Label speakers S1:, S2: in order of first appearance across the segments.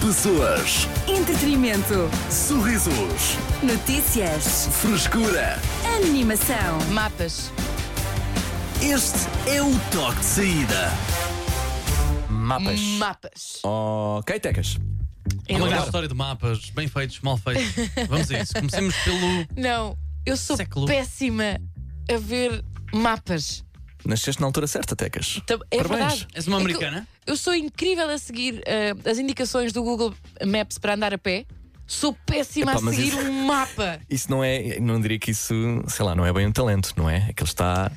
S1: Pessoas,
S2: Entretenimento.
S1: sorrisos,
S2: Notícias.
S1: frescura.
S2: Animação.
S3: Mapas.
S1: Este é o toque de saída.
S4: Mapas.
S3: Mapas.
S4: Oh. ok, Tecas.
S5: Uma grande história de mapas, bem feitos, mal feitos. Vamos a isso. Comecemos pelo.
S3: Não, eu sou
S5: Século.
S3: péssima a ver mapas.
S4: Nasceste na altura certa, Tecas.
S3: Tam- É
S4: Parabéns.
S3: verdade.
S5: És uma
S3: É que eu-
S5: americana?
S3: eu, sou incrível a seguir eh, as indicações do Google Maps para andar a pé. Sou péssima
S4: Epá,
S3: a
S4: mas
S3: seguir
S4: isso-
S3: um mapa.
S4: Isso não é, não diria que isso, sei lá, não é bem um talento, não é? Aquilo está.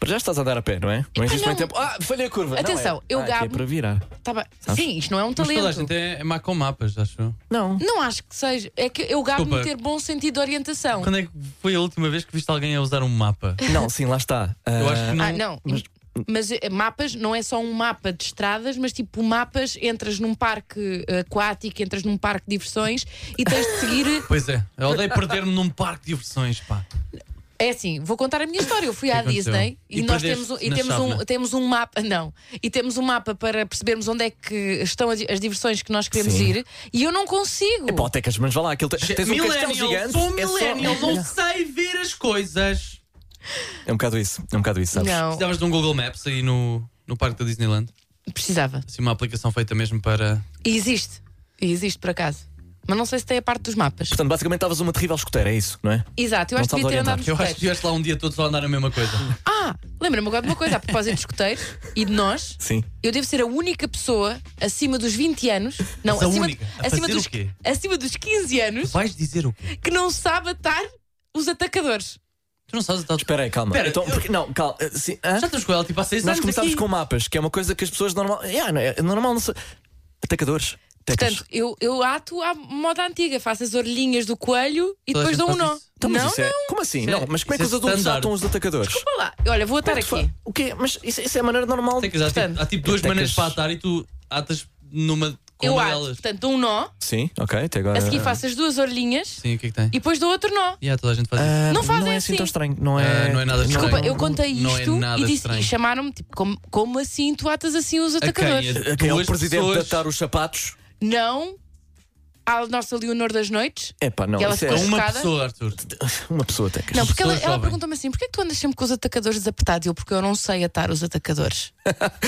S4: Para já estás a dar a pé, não é? Não existe
S3: não.
S4: bem tempo. Ah, falhei a curva. Não,
S3: Atenção,
S4: é-
S3: eu
S4: ah, aqui É
S3: gabo.
S4: para virar.
S3: Tá bem. Sim, isto não é um
S5: Mas toda a
S3: talento.
S5: gente é, é má com mapas, acho. eu.
S4: Não.
S3: Não acho que seja. É que eu gabo-me
S5: Desculpa.
S3: ter bom sentido de orientação.
S5: Quando é que foi a última vez que viste alguém a usar um mapa?
S4: Não, sim, lá está.
S5: Eu acho que não.
S3: Ah, não. Mas, eh, mapas não é só um mapa de estradas, mas tipo mapas, entras num parque eh, aquático, entras num parque de diversões e tens de seguir.
S5: Pois é, eu odeio perder-me num parque de diversões, pá.
S3: É assim, vou contar a minha história. Eu fui à
S5: aconteceu?
S3: Disney e,
S5: E
S3: nós
S5: perdeste
S3: temos, um- e
S5: na né?
S3: temos, um,
S5: chávena?
S3: temos um mapa. Não, e temos um mapa para percebermos onde é que estão as, as diversões que nós queremos
S4: Sim.
S3: ir e eu não
S5: É
S3: consigo.
S4: Pô, Ah, Tecas, mas vá lá, aquilo te- tens um castelo
S5: Millennial,
S4: gigante.
S5: sou
S4: é, só-
S5: um millennial, não sei ver as coisas.
S4: é um bocado isso, é um bocado isso, sabes?
S3: não,
S5: Precisavas de um Google Maps aí no, no parque da Disneyland.
S3: precisava.
S5: Assim, uma aplicação feita mesmo para.
S3: E existe. E existe por acaso. Mas não sei se tem a parte dos mapas.
S4: Portanto, basicamente estavas uma terrível escoteira, é isso, não é?
S3: Exato, eu
S4: Não
S3: acho que devia
S4: estás
S3: ter
S4: a
S3: andado nos
S5: Eu acho que
S3: escuteiros.
S5: estiveste lá um dia todos a andar a mesma coisa.
S3: Ah, lembra-me agora de uma coisa a propósito de escuteiros e de nós.
S4: Sim.
S3: Eu devo ser a única pessoa acima dos 20 anos, não,
S5: Mas a
S3: acima,
S5: única? A
S3: acima
S5: fazer
S3: dos
S5: o quê?
S3: acima dos 15 anos,
S5: Vais dizer o quê?
S3: que não sabe atar os atacadores.
S5: Tu não sabes o tal.
S4: Espera aí, calma.
S5: Espera,
S4: então,
S5: eu-
S4: porque- não, calma. eh, Sim, hã?
S5: Já estamos com ela tipo há seis
S4: Nós
S5: anos.
S4: começámos
S5: aqui.
S4: com mapas, que é uma coisa que as pessoas normal. Yeah, não é, é normal não sei. Atacadores. Tecas.
S3: Portanto, eu, eu ato à moda antiga, faço as orelhinhas do coelho e
S5: Toda a
S3: depois
S5: gente
S3: dou um
S5: faz
S3: nó.
S5: isso.
S4: Então, mas
S3: não,
S4: isso é- Como assim?
S5: Isso é-
S4: não, mas como é que os
S5: isso é
S4: adultos
S5: standard.
S4: atam os atacadores? é
S3: Desculpa lá. Olha, vou atar
S4: Fa-
S3: aqui.
S4: O quê? Mas isso, isso é a maneira normal.
S5: Tecas, há, tipo, há tipo duas
S4: Tecas.
S5: maneiras para atar e tu atas numa com
S3: Eu
S5: uma
S3: ato,
S5: delas. Ah.
S3: portanto, dou um nó,
S4: Sim, ok, até agora.
S3: a seguir faço as duas orelhinhas
S5: Sim, o que é que tem?
S3: e depois dou outro nó.
S5: E yeah, toda a gente faz isso.
S4: Ah,
S3: Não fazem
S4: é assim
S3: assim.
S4: tão estranho. Não é,
S5: Ah, não é nada estranho.
S3: Desculpa,
S5: Não,
S3: eu contei
S5: não é
S3: isto
S5: nada
S3: e, disse-
S5: estranho.
S3: e chamaram-me, tipo, como, como assim tu atas assim os
S5: A quem?
S3: atacadores?
S5: A
S4: Quem é o
S5: duas
S4: presidente de
S5: pessoas?
S4: atar os sapatos?
S3: Não à nossa Leonor das Noites?
S4: É pá, não.
S3: Que ela
S4: Isso é
S5: A
S3: ficou-
S5: uma
S3: Chocada?
S5: pessoa, Arthur.
S4: uma pessoa, Tecas.
S3: Não, porque ela,
S5: pessoas
S3: ela
S5: sabem.
S3: perguntou-me assim: porquê é que tu andas sempre com os atacadores desapertados? E Eu, porque eu não sei atar os atacadores.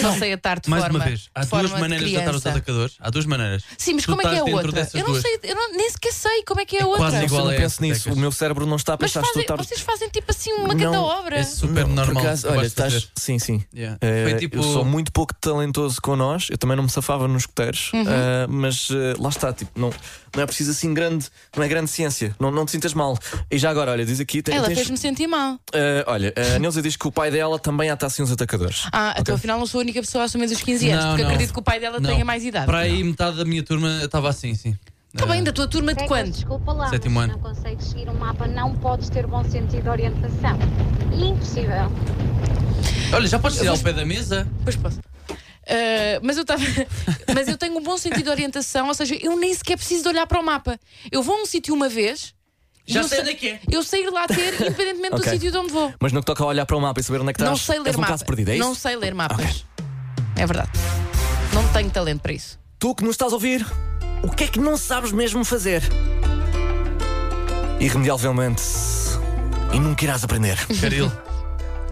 S3: Só sei atar de
S5: Mais
S3: forma.
S5: uma vez, há
S3: de forma
S5: duas maneiras de atar os
S3: criança.
S5: atacadores. Há duas maneiras.
S3: Sim, mas
S5: Tu
S3: como é que é a
S5: estás dentro
S3: outra?
S5: dessas
S3: Eu não
S5: duas.
S3: sei, eu não- nem sequer sei como é que é a
S5: quase
S3: outra.
S4: Eu
S5: igual
S4: não
S5: a
S4: penso
S5: essa,
S4: nisso.
S5: Tecas.
S4: O meu cérebro não está a
S3: Mas
S4: pensar se tu
S3: fazem-
S4: atar os-
S3: vocês fazem tipo assim uma
S4: Não,
S3: cada obra.
S5: É super
S4: Não, por
S5: normal.
S4: acaso,
S5: tu
S4: olha,
S5: vais fazer.
S4: estás. Sim, sim.
S5: Yeah.
S4: Eh,
S5: Foi tipo.
S4: Eu sou muito pouco talentoso com nós, eu também não me safava nos coteiros,
S3: Uhum.
S4: eh, mas eh, lá está, tipo, não, não é preciso assim grande, não é grande ciência, não, não te sintas mal. E já agora, olha, diz aqui, te-
S3: Ela
S4: tens-
S3: fez-me sentir mal.
S4: eh, olha, a Neuza diz que o pai dela também ata assim uns atacadores.
S3: Ah, então afinal não sou a única pessoa a assumir os 15 anos,
S5: Não,
S3: porque
S5: não.
S3: acredito que o pai dela
S5: Não.
S3: tenha mais idade.
S5: Para aí, metade da minha turma estava assim, sim.
S3: Está bem,
S5: Ah,
S3: da tua turma de
S6: Tecas,
S3: quando?
S6: Desculpa lá,
S5: Sétimo
S6: mas
S5: ano.
S6: se não consegues seguir um mapa, não podes ter bom sentido de orientação. Impossível.
S3: então.
S5: Olha, já podes tirar ao pé da mesa.
S3: Pois posso. Ah, mas, eu tava, mas eu tenho um bom sentido de orientação, ou seja, eu nem sequer preciso de olhar para o mapa. Eu vou a um sítio uma vez. e
S5: Já
S3: eu
S5: sei
S3: sa-
S5: onde é que é.
S3: Eu sei ir lá ter, independentemente do
S4: Ok.
S3: sítio de onde vou.
S4: Mas no que toca a olhar para o mapa e saber onde é que
S3: Não
S4: estás,
S3: sei ler
S4: és um
S3: mapas.
S4: caso perdido, é isso?
S3: Não sei ler mapas. É verdade. Não tenho talento para isso.
S4: Tu que nos estás a ouvir, o que é que não sabes mesmo fazer? Irremediavelmente, e nunca irás aprender.
S5: Caril.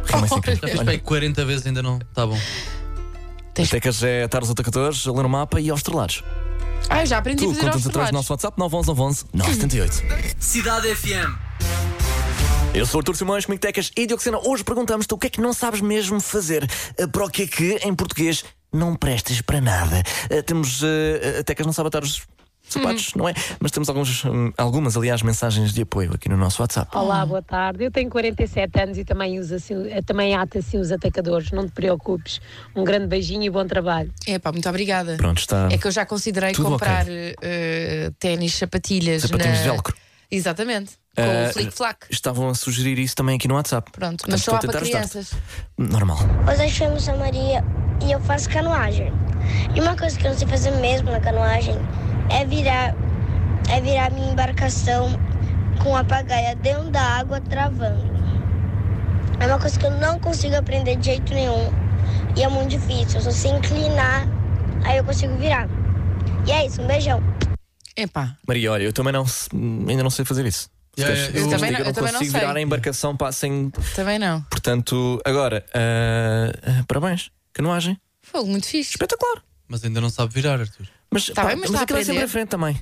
S4: Realmente incrível.
S5: Já fiz
S4: é. Olha,
S5: bem 40 vezes ainda não. Tá bom.
S3: Tens-
S4: Tecas é atar os atacadores, a ler o mapa e aos estrelados.
S3: Ah, eu já aprendi
S4: Tu
S3: a fazer
S4: contas atrás do
S3: observados.
S4: nosso WhatsApp 911 911 978.
S1: Cidade FM.
S4: Eu sou o Artur Simões, comigo Tecas e Dioxena. Hoje perguntamos-te o que é que não sabes mesmo fazer. eh, Para o que é que, em português, não prestas para nada. Eh, Temos. eh, A Tecas não sabe atar os sapatos,
S3: Hum.
S4: não é? Mas temos alguns, hum, algumas, aliás, mensagens de apoio aqui no nosso WhatsApp.
S3: Oh,
S7: Olá, boa tarde. Eu tenho 47 anos e também, uso assim, também ato assim os atacadores. Não te preocupes. Um grande beijinho e bom trabalho.
S3: É pá, muito obrigada.
S4: Pronto, está.
S3: É que eu já considerei
S4: Tudo
S3: comprar eh, ténis, sapatilhas.
S4: Sapatinhos
S3: na-
S4: de velcro.
S3: Exatamente. né? Com
S4: Eh,
S3: o flick-flack.
S4: Estavam a sugerir isso também aqui no WhatsApp.
S3: Pronto,
S4: Portanto,
S3: mas
S4: estou
S3: só
S4: a
S3: há para
S4: tentar ajudar-te.
S3: crianças.
S4: Normal.
S8: Hoje fomos a Maria e eu faço canoagem. E uma coisa que eu não sei fazer mesmo na canoagem é virar, é virar minha embarcação com a pagaia dentro da água travando. É uma coisa que eu não consigo aprender de jeito nenhum. E é muito difícil. Se você inclinar, aí eu consigo virar. E é isso, um beijão.
S3: Epá,
S4: Maria, olha, eu também não, se- ainda não sei fazer isso. Se
S5: Yeah,
S4: queres-
S5: eu-
S4: se
S5: Eu
S3: também
S4: digo,
S3: não- eu
S4: não
S3: também não
S4: consigo
S3: sei.
S4: virar a embarcação pá, sem.
S3: também não.
S4: Portanto, agora, ah, ah, parabéns, canoagem.
S3: Fogo, muito fixe.
S4: Espetacular.
S5: Mas ainda não sabe virar, Arthur.
S4: Mas,
S3: Tá
S4: pá,
S3: bem,
S4: mas,
S3: mas está a
S4: aquilo é sempre
S3: aprender.
S4: em frente também.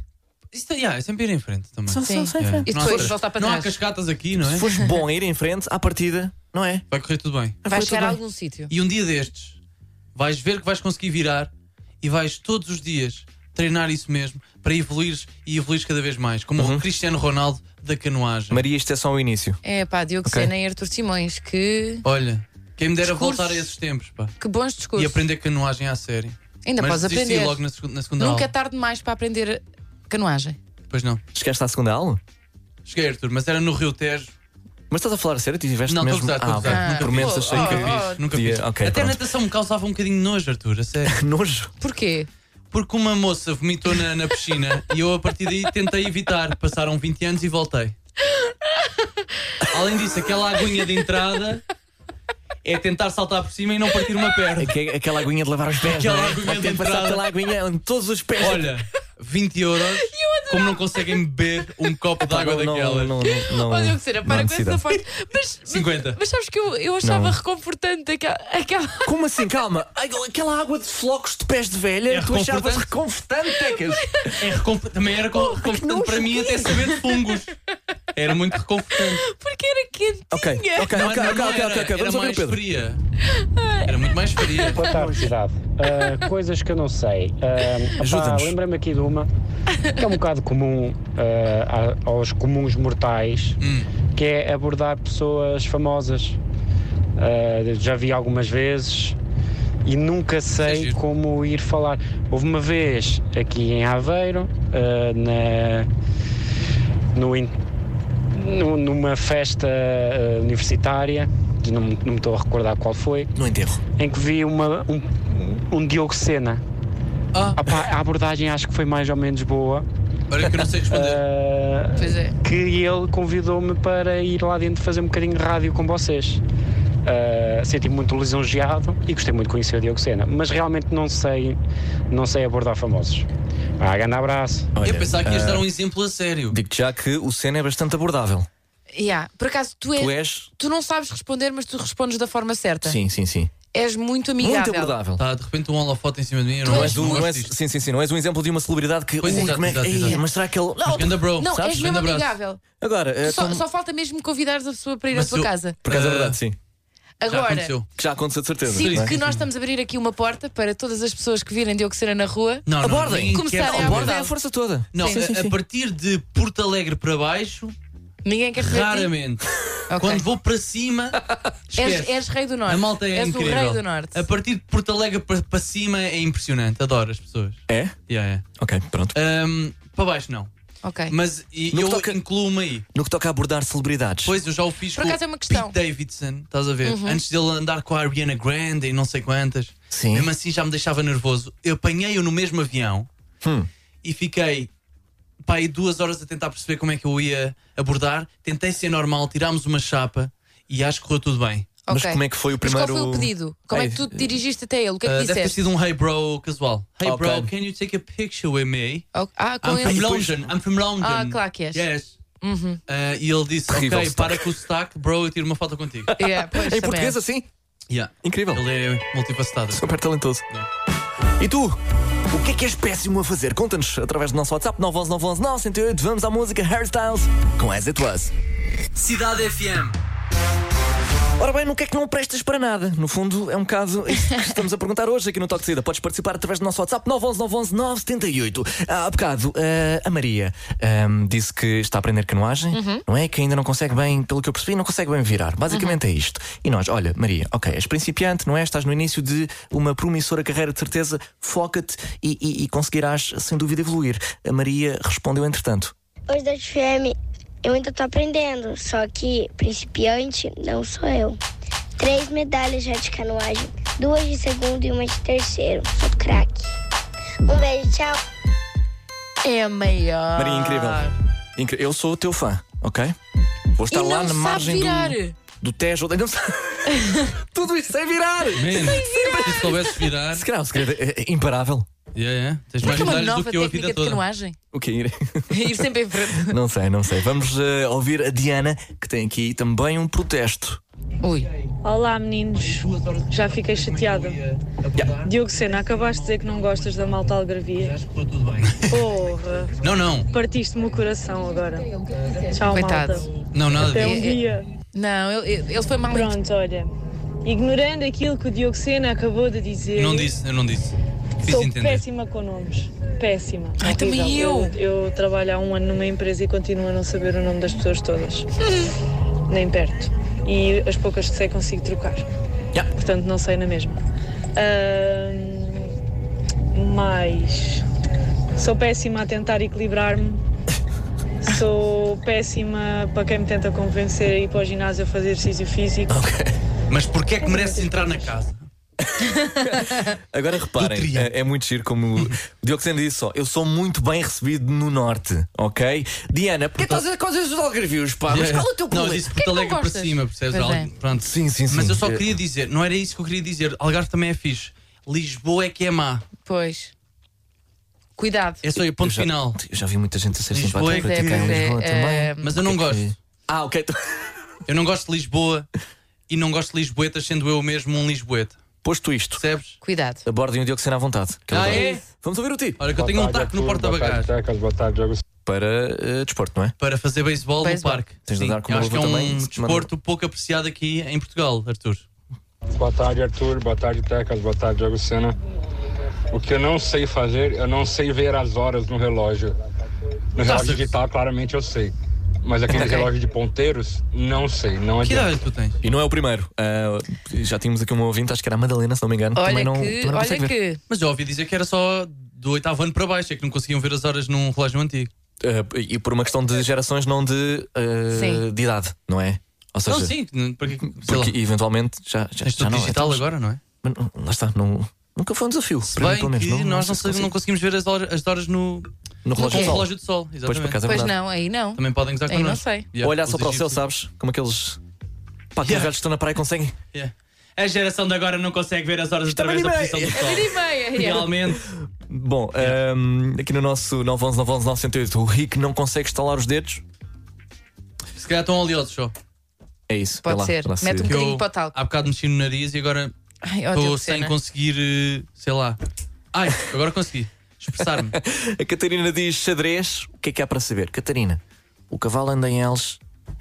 S5: Isto é, yeah, é sempre ir em frente também.
S4: Só,
S3: Sim.
S4: só, só em
S5: Yeah.
S4: frente.
S3: E
S5: Não há
S3: depois
S5: stress.
S3: voltar para
S5: Não há
S3: trás.
S5: cascatas aqui, não é?
S4: Se fores bom a ir em frente, à partida, não é?
S5: Vai correr tudo bem.
S3: Vai
S4: Foi tudo
S3: chegar a
S4: bem.
S3: algum sítio.
S5: E um dia destes, vais ver que vais conseguir virar e vais todos os dias treinar isso mesmo para evoluires e evoluires cada vez mais, como
S4: Uhum.
S5: o Cristiano Ronaldo da canoagem.
S4: Maria, isto é só o início.
S3: É pá, Diogo
S4: Ok.
S3: Sena e Artur Simões, que,
S5: Olha, quem me dera
S3: Discursos.
S5: voltar a esses tempos, pá.
S3: que bons
S5: E
S3: discursos.
S5: aprender canoagem à série.
S3: Ainda
S5: Mas
S3: podes
S5: desisti
S3: aprender.
S5: logo na segunda, na segunda
S3: Nunca é
S5: aula.
S3: tarde demais para aprender canoagem.
S5: Pois não.
S4: Chegaste à segunda aula?
S5: Cheguei, Arthur, mas era no Rio Tejo.
S4: Mas estás a falar a sério? Tu tiveste
S5: Não, estou a
S4: mesmo. Ah,
S5: gozar, estou a
S4: ok.
S5: gozar. Nunca
S4: Por
S5: fiz.
S4: menos achei
S5: Nunca
S4: que.
S5: fiz, Ah, nunca
S4: Dia-
S5: fiz.
S4: ok,
S5: Até a
S4: pronto.
S5: natação me causava um bocadinho de nojo, Arthur, a sério.
S4: Que nojo.
S3: Porquê?
S5: Porque uma moça vomitou na, na piscina e eu a partir daí tentei evitar. Passaram 20 anos e voltei. Além disso, aquela aguinha de entrada é tentar saltar por cima e não partir uma perna.
S4: Aque- é aquela aguinha de lavar os pés.
S5: Aquela
S4: não é?
S5: aguinha de
S4: Tem que passar
S5: entrada.
S4: pela aguinha onde todos os pés.
S5: Olha, 20 euros, como não conseguem beber um copo de
S4: Pá,
S5: água
S4: não, não,
S5: daquela.
S4: não, não, não-
S3: Olha, Diogo Sena,
S4: não há
S3: para com
S4: necessidade.
S3: essa forte. Mas, mas-
S5: 50.
S3: mas sabes que eu, eu achava
S4: Não.
S3: reconfortante aquela. aquela-
S4: Como assim? Calma. Ai, Aquela água de flocos de pés de velha
S5: É
S4: tu achavas reconfortante, tecas.
S5: É recon- Também era recon- reconfortante para mim até saber de fungos. Era muito reconfortante.
S3: Porque era quentinha.
S4: Ok, ok, ok,
S5: é. Não,
S4: Ah, ok,
S5: não,
S4: ok,
S5: não
S4: ok,
S5: era,
S4: ok.
S5: Era
S4: Vamos ouvir o
S5: mais
S4: Pedro.
S5: fria. Era muito mais fria.
S9: Boa tarde, cidade. Ah, coisas que eu não sei. Ah, opá,
S4: Ajuda-nos.
S9: Lembrei-me aqui de uma que é um bocado comum ah, a- aos comuns mortais, que é abordar pessoas famosas. Ah, já vi algumas vezes e nunca
S5: é
S9: sei
S5: giro.
S9: como ir falar. Houve uma vez aqui em Aveiro, ah, na, no, in- nu- numa festa ah, universitária, que não, me- não me estou a recordar qual foi
S4: No enterro.
S9: em que vi uma, um, um Diogo Sena.
S5: Ah.
S9: Ah pá, a abordagem acho que foi mais ou menos boa.
S5: Olha que eu não sei responder.
S9: ah,
S3: Pois é.
S9: que ele convidou-me para ir lá dentro fazer um bocadinho de rádio com vocês. Ah, Senti-me muito lisonjeado e gostei muito de conhecer o Diogo Sena, mas realmente não sei, não sei abordar famosos. Ah, grande abraço.
S5: eu pensava que ias
S4: ah,
S5: dar um exemplo a sério.
S4: Digo-te já que o Senna é bastante abordável.
S3: Yeah. Por acaso, tu
S5: É.
S3: és,
S4: Tu és.
S3: tu não sabes responder, mas tu respondes da forma certa.
S4: Sim, sim, sim.
S3: És muito
S4: Muito
S3: amigável.
S4: abordável.
S5: Tá, de repente um holofote em cima de mim, eu não,
S4: Não
S5: não,
S4: és, um,
S5: não
S4: não
S3: é
S5: gosto
S4: és,
S5: disto.
S4: sim, sim, sim, não és um exemplo de uma celebridade que.
S5: Pois,
S4: ui,
S5: exato,
S4: como é,
S5: exato,
S4: Ei,
S5: exato.
S4: Mas será que ele.
S5: Mas ganda bro,
S3: Não,
S5: sabes?
S3: és mesmo
S5: Ganda abraço.
S3: amigável.
S4: Agora, eh,
S3: Só,
S4: como-
S3: só falta mesmo convidares a pessoa para ir
S5: Mas
S3: à tua
S5: eu-
S3: casa.
S4: por acaso é
S5: Eh,
S4: verdade, sim.
S5: Já
S3: Agora,
S5: aconteceu.
S4: Que já aconteceu de certeza.
S3: sinto
S4: não é?
S3: que nós estamos a abrir aqui uma porta para todas as pessoas que virem Diogo Sena na rua.
S5: Não, não,
S4: Abordem.
S5: ninguém
S3: Começarem
S5: quer
S3: a
S5: saber.
S3: abordar.
S4: Aborda a força toda.
S5: é Não,
S4: Sim,
S5: a,
S4: sim,
S5: a
S4: sim.
S5: partir de Porto Alegre para baixo,
S3: Ninguém quer saber. de ti.
S5: raramente.
S3: Ok.
S5: Quando vou para cima,
S3: És,
S5: esquece.
S3: és rei do norte.
S5: a malta é
S3: és
S5: incrível.
S3: o rei do norte.
S5: A partir de Porto Alegre para, para cima é impressionante. Adoro as pessoas.
S4: É?
S5: Yeah,
S4: Ok, pronto.
S5: yeah. Ahm, para baixo não.
S3: Ok.
S5: Mas e,
S4: No que
S5: eu
S4: toca-
S5: incluo-me aí.
S4: No que toca a abordar celebridades.
S5: Pois eu já o fiz
S3: Por
S5: com
S3: acaso é uma
S5: o
S3: questão. Uhum.
S5: Pete Davidson, estás a ver? Antes dele andar com a Ariana Grande e não sei quantas.
S4: Sim.
S5: Mesmo assim já me deixava nervoso. Eu apanhei-o no mesmo avião
S4: Hum.
S5: e fiquei pá, aí duas horas a tentar perceber como é que eu ia abordar. Tentei ser normal, tirámos uma chapa e acho que correu tudo bem.
S4: Mas
S3: Ok.
S4: como é que foi o
S3: Mas
S4: primeiro. eh,
S3: qual foi o pedido? Como é
S4: Ai,
S3: que tu te dirigiste até ele? O que é que
S5: Ah, deve ter
S3: disseste?
S5: sido um hey bro casual. Hey
S4: Ok.
S5: bro, can you take a picture with me?
S4: um
S3: Ok. Ah, com
S5: I'm from
S3: ele.
S5: London. I'm from London.
S3: Ah, claro que és. Uhum.
S5: Yes. Ah, e ele disse:
S4: Terrível
S5: Ok,
S4: sotaque.
S5: para com o sotaque, bro, eu tiro uma foto contigo.
S3: Yeah, pois,
S4: Em
S3: também
S4: português,
S3: é.
S4: assim?
S5: yeah.
S4: Incrível.
S5: Ele é multifacetado.
S4: Super talentoso. E tu? O que é que és péssimo a fazer? Conta-nos através do nosso WhatsApp 911 911 108. Vamos à música Hairstyles com As It Was.
S1: Cidade FM.
S4: Ora bem, no que é que não prestas para nada? No fundo, é um bocado isso que estamos a perguntar hoje aqui no Toque de Saída. Podes participar através do nosso WhatsApp 911 911 978. Há bocado, eh, a Maria ehm, disse que está a aprender canoagem,
S3: Uhum.
S4: não é? Que ainda não consegue bem, pelo que eu percebi, não consegue bem virar. Basicamente
S3: Uhum.
S4: é isto. E nós, olha, Maria, ok, és principiante, não é? Estás no início de uma promissora carreira, de certeza. Foca-te e, e- e conseguirás, sem dúvida, evoluir. A Maria respondeu, entretanto.
S8: Hoje da FM, eu ainda tô aprendendo, só que principiante não sou eu. Três medalhas já de canoagem, duas de segundo e uma de terceiro. Sou craque. Um beijo, tchau.
S3: É a maior.
S4: Maria, incrível. Incri- eu sou o teu fã, ok? Vou estar
S3: E
S4: lá
S3: não
S4: na
S3: sabe
S4: margem do-
S3: virar.
S4: do, Tejo. Não sabe- Tudo isto sem virar!
S5: Man, se soubesses virar.
S4: Se calhar o segredo é, é imparável.
S5: Yeah, yeah. Tens
S3: Será
S5: mais
S3: que é uma
S5: medalhas do
S3: nova
S5: que eu a
S3: técnica
S5: vida
S3: de
S5: toda.
S3: canoagem?
S4: O que é ir?
S3: Ir sempre em frente.
S4: Não sei, não sei. Vamos eh, ouvir a Diana, que tem aqui também um protesto.
S3: Ui.
S10: Olá meninos, já fiquei chateada. Diogo Sena, acabaste de dizer que não gostas da malta algarvia. Porra,
S5: Não, não,
S10: partiste-me o coração agora. Tchau,
S3: Coitado.
S10: malta.
S5: não, nada
S10: Até
S5: disso.
S10: um dia.
S3: Não, ele, ele foi mal.
S10: Pronto, olha. Ignorando aquilo que o Diogo Sena acabou de dizer.
S5: Não disse, eu não disse. Fiz
S10: Sou
S5: entender.
S10: péssima com nomes. Péssima.
S3: Ai, também
S10: Horrível. Eu trabalho há um ano numa empresa e continuo a não saber o nome das pessoas todas. Nem perto. E as poucas que sei consigo trocar.
S4: Ya.
S10: Portanto, não sei na mesma. Ahm, mas. Sou péssima a tentar equilibrar-me. Sou péssima para quem me tenta convencer a ir para o ginásio a fazer exercício físico.
S5: Mas porquê é que mereces entrar na casa?
S4: Agora reparem,
S5: Do trio.
S4: é, é muito giro como o Diogo Sena disse só: eu sou muito bem recebido no Norte, ok? Diana, porque estás a dizer coisas dos algarvios, pá? Mas qual é o teu
S5: Não, eu
S4: problema?
S5: disse
S3: Porquê
S5: Porto
S3: que não
S5: Alegre para
S3: gostas?
S5: cima, percebes?
S3: Pois
S5: Al-
S3: é.
S5: Pronto.
S4: Sim, sim, É- sim.
S5: Mas eu só
S4: Eu-
S5: queria dizer, não era isso que eu queria dizer. Algarve também é fixe. Lisboa é que é má.
S3: Pois. Cuidado.
S5: É só aí,
S4: Eu
S5: ponto
S4: já,
S5: final.
S4: Eu já vi muita gente a ser
S5: Lisboa
S4: simpática para
S5: é que
S4: ti
S3: é,
S4: cá em
S3: pois é,
S4: Lisboa
S3: é.
S4: também.
S5: Mas eu não gosto.
S4: Ah, ok. tu-
S5: Eu não gosto de Lisboa e não gosto de Lisboetas, sendo eu mesmo um Lisboeta.
S4: Posto isto,
S5: Percebes?
S3: Cuidado.
S4: abordem o Diogo Sena à vontade. que ele
S5: Ah,
S4: adora.
S5: é?
S4: Vamos ouvir o ti
S5: Olha, que eu tenho um
S4: é
S5: taco no porta-bagagens
S4: para eh, desporto, não é?
S5: para fazer beisebol no
S3: Beisebol.
S5: parque.
S4: Tens de
S5: Sim,
S4: andar com
S5: eu
S4: uma
S5: acho que é
S4: luva também,
S5: um
S4: se te mandar-
S5: desporto pouco apreciado aqui em Portugal, Arthur.
S9: Boa tarde, Arthur. Boa tarde, Tecas. Boa tarde, Diego Sena. O que eu não sei fazer, eu não sei ver as horas no relógio. No relógio digital, claramente eu sei. Mas aqueles relógios de ponteiros, não sei. Não
S5: Que
S9: adianta.
S5: idade tu tens?
S4: E não é o primeiro. Ah, já tínhamos aqui um ouvinte, acho que era a Madalena, se não me engano. que
S3: Olha
S4: também não, também
S3: que.
S4: não
S3: Olha
S4: consegue ver. É
S3: que.
S5: Mas eu ouvi dizer que era só do oitavo ano para baixo, é que não conseguiam ver as horas num relógio antigo.
S4: Ah, e por uma questão de gerações, não de, ah,
S3: Sim.
S4: de idade, não é? Ou seja,
S5: Não, sim, para que, sei lá,
S4: porque eventualmente já, já,
S5: tens
S4: já
S5: tudo
S4: não.
S5: digital
S4: então,
S5: agora, não é?
S4: mas não- lá está, não- nunca foi um desafio.
S5: Se
S4: para mim,
S5: bem
S4: pelo menos.
S5: que nós não,
S4: sei se
S5: sei- não conseguimos ver as horas, as horas no,
S4: No
S5: com o
S4: relógio. de sol.
S5: relógio de sol. Exatamente.
S4: Pois, por acaso é
S3: Pois
S4: verdade.
S3: não, aí não.
S5: Também podem gozar
S3: Aí não
S5: connosco.
S3: sei.
S5: Yeah,
S4: Olhar só
S5: os
S4: para o céu,
S5: egípcios.
S4: sabes? Como aqueles. Pá, que os
S5: Yeah.
S4: velhos que estão na praia e conseguem.
S5: Yeah. A geração de agora não consegue ver as horas através da
S4: é-
S5: posição do sol.
S3: E meia, yeah.
S5: Realmente.
S4: Bom, ahm, aqui no nosso 911 911 908, o Rick não consegue estalar os dedos.
S5: Se calhar estão oleosos só.
S4: É isso.
S3: Pode
S4: vê lá,
S3: ser.
S4: vê lá se-
S3: Mete um
S5: Que
S3: bocadinho
S5: eu
S3: para o talco.
S5: há bocado mexi no nariz e agora
S3: Ai,
S5: estou
S3: ódio,
S5: sem
S3: Luciana.
S5: conseguir, eh, sei lá. Ai, agora consegui. Expressar-me.
S4: A Catarina diz xadrez. O que é que há para saber? Catarina, o cavalo anda em eles,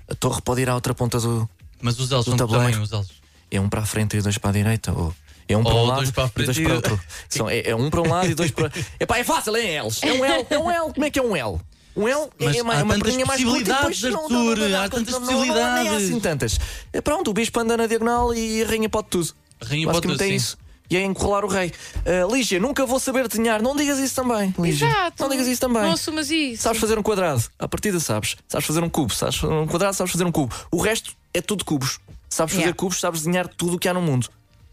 S4: a torre pode ir à outra ponta do.
S5: Mas os elos
S4: Do
S5: são do
S4: tabuleiro.
S5: tamanho, os elos.
S4: É um para a frente e dois para a direita? Ou é um para um
S5: Ou
S4: lado
S5: dois para a
S4: e dois
S5: frente
S4: para
S5: e-
S4: outro? São, é, é um para um lado e dois para. Epá, é fácil, é em eles. É um L, é um L. Como é que é um L? Um L é-
S5: Mas
S4: é uma,
S5: há
S4: é uma
S5: tantas
S4: perninha mais curta e depois
S5: possibilidades,
S4: não, não,
S5: Arthur,
S4: não, não, não,
S5: há tantas
S4: não, não, não, não, não, nem há assim
S5: possibilidades.
S4: tantas. É, Pronto, o bispo anda na diagonal e a rainha pode tudo.
S5: A rainha pode
S4: Basicamente
S5: tudo,
S4: é
S5: sim.
S4: isso. E é encurralar o rei. Ah, Lígia, nunca vou saber desenhar. Não digas isso também. Lígia.
S3: Exato.
S4: Não digas isso também.
S3: Não assumas isso.
S4: Sabes fazer um quadrado, à partida sabes. Sabes fazer um cubo, sabes fazer um quadrado, sabes fazer um cubo. O resto é tudo cubos. Sabes fazer
S3: Yeah.
S4: cubos, sabes desenhar tudo o que há no mundo.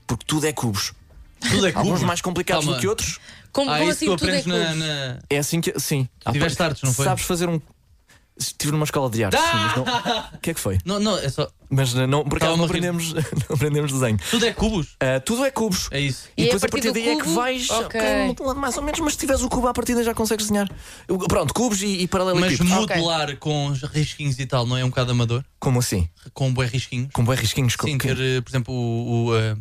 S4: Porque tudo é cubos.
S5: Tudo é
S4: Alguns
S5: cubo.
S4: mais complicados
S5: Calma.
S4: do que outros.
S3: Como,
S5: Ah,
S3: como
S5: isso
S3: assim
S5: que tu
S3: tudo é
S5: aprendes na,
S3: cubos?
S5: na-
S4: É assim que. Sim. À
S5: Tiveste
S4: parte-
S5: artes, não foi?
S4: Sabes fazer um. Estive numa escola de artes. sim, mas não- O que é que foi?
S5: Não, não, é só.
S4: Mas uh, não, por acaso
S5: Estava-me
S4: não
S5: Ah! a rir.
S4: aprendemos, não aprendemos desenho.
S5: Tudo é cubos.
S4: Uh, tudo é cubos.
S5: É isso.
S4: E,
S3: E
S4: depois
S3: a
S4: a partir,
S3: partir do
S4: daí é que
S3: cubo?
S4: vais
S3: Ok.
S4: ok, um lado mais ou menos, mas se tiveres o cubo à partida já consegues desenhar. Eu- Pronto, cubos e, e
S5: Mas
S4: paralelepípedos.
S5: modelar com os risquinhos e tal não é um bocado amador?
S4: Como assim?
S5: Com boi risquinhos?
S4: Com bem risquinhos? com-
S5: Sim,
S4: que-
S5: ter, eh, por exemplo, o, o, eh,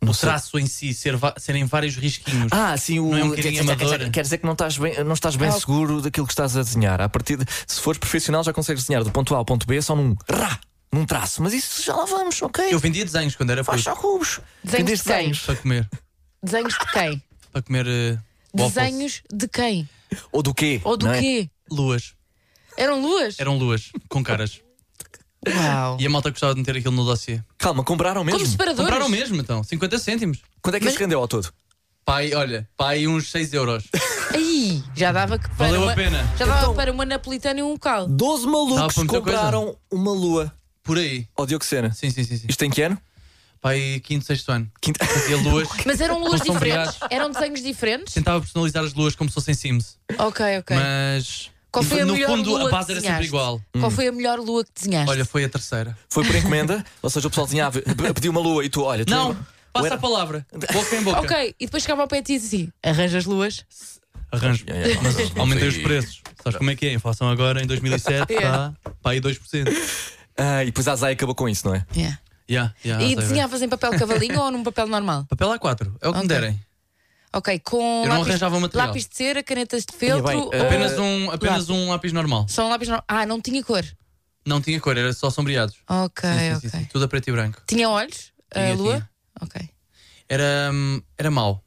S5: o traço em si ser va- serem vários risquinhos.
S4: Ah, sim, o
S5: Não é um
S4: quer,
S5: bocadinho
S4: quer-
S5: amador?
S4: quer dizer que não estás bem, não estás bem
S3: Ah, ok.
S4: seguro daquilo que estás a desenhar. A partir de- se fores profissional, já consegues desenhar do ponto A ao ponto B só num rá, num traço. Mas isso já lá vamos, ok?
S5: Eu vendia desenhos quando era
S4: Faz
S5: puto
S4: só cubos.
S3: Desenhos
S4: Vendes
S3: de quem?
S5: para comer.
S3: Desenhos de quem?
S5: Para comer eh, waffles.
S3: Desenhos de quem?
S4: Ou do quê?
S3: Ou do
S4: não é?
S3: quê?
S5: Luas.
S3: Eram luas?
S5: Eram luas, com caras.
S3: Uau.
S5: E a malta gostava de meter aquilo no dossiê.
S4: Calma, compraram mesmo?
S3: Como separadores?
S5: Compraram mesmo, então. 50 cêntimos.
S4: Quando é que isso rendeu ao todo?
S5: Pai, olha, pai, uns 6 euros.
S3: Aí, já dava que para
S5: Valeu a
S3: uma,
S5: pena.
S3: Já dava para uma napolitana e um caldo.
S4: 12
S5: Dava
S4: malucos
S5: para muita
S4: compraram uma lua
S5: Por aí.
S4: ao Dioxena.
S5: Sim, sim, sim. sim.
S4: Isto tem que ano?
S5: Pai, quinto, sexto ano.
S4: Quinto-
S5: Fazia luas.
S3: Mas eram luas
S5: Com sombreados.
S3: diferentes? Eram desenhos diferentes?
S5: Tentava personalizar as luas como se fossem Sims.
S3: Ok, ok.
S5: Mas.
S3: Qual foi a
S5: no
S3: melhor
S5: fundo,
S3: lua
S5: a base
S3: que
S5: era sempre
S3: desenhaste?
S5: igual.
S3: Qual foi a melhor lua que desenhaste?
S5: Olha, foi a terceira.
S4: Foi por encomenda? Ou seja, o pessoal desenhava, pediu uma lua e tu, olha, tu
S5: Não, Passa
S4: Ué.
S5: a palavra. Boca em boca.
S3: Ok, e depois chegava ao pé e dizia assim: arranjas luas.
S5: Arranjo.
S4: É, é,
S5: Mas
S4: não
S5: aumentei os
S4: sei.
S5: preços. Sabes como é que é? A inflação agora em 2007
S3: É.
S5: está para aí 2%.
S4: Ah, e depois a Zay acabou com isso, não é?
S3: Yeah.
S5: Yeah, yeah,
S3: E
S5: Ah, sei bem.
S3: desenhavas em papel cavalinho ou num papel normal?
S5: Papel A4, é o que me
S3: Ok.
S5: derem.
S3: Ok, com
S5: Eu não arranjava material.
S3: lápis de cera, canetas de feltro.
S4: bem,
S3: ou-
S4: eh,
S5: Apenas, um, apenas um lápis normal.
S3: Só um lápis normal. Ah, não tinha cor.
S5: Não tinha cor, era só sombreados.
S3: Ok,
S5: Sim, sim,
S3: Ah, ok.
S5: sim, sim. Tudo a preto e branco.
S3: Tinha olhos?
S5: Tinha,
S3: a lua?
S5: tinha.
S3: Ok.
S5: Era, hum, era mau.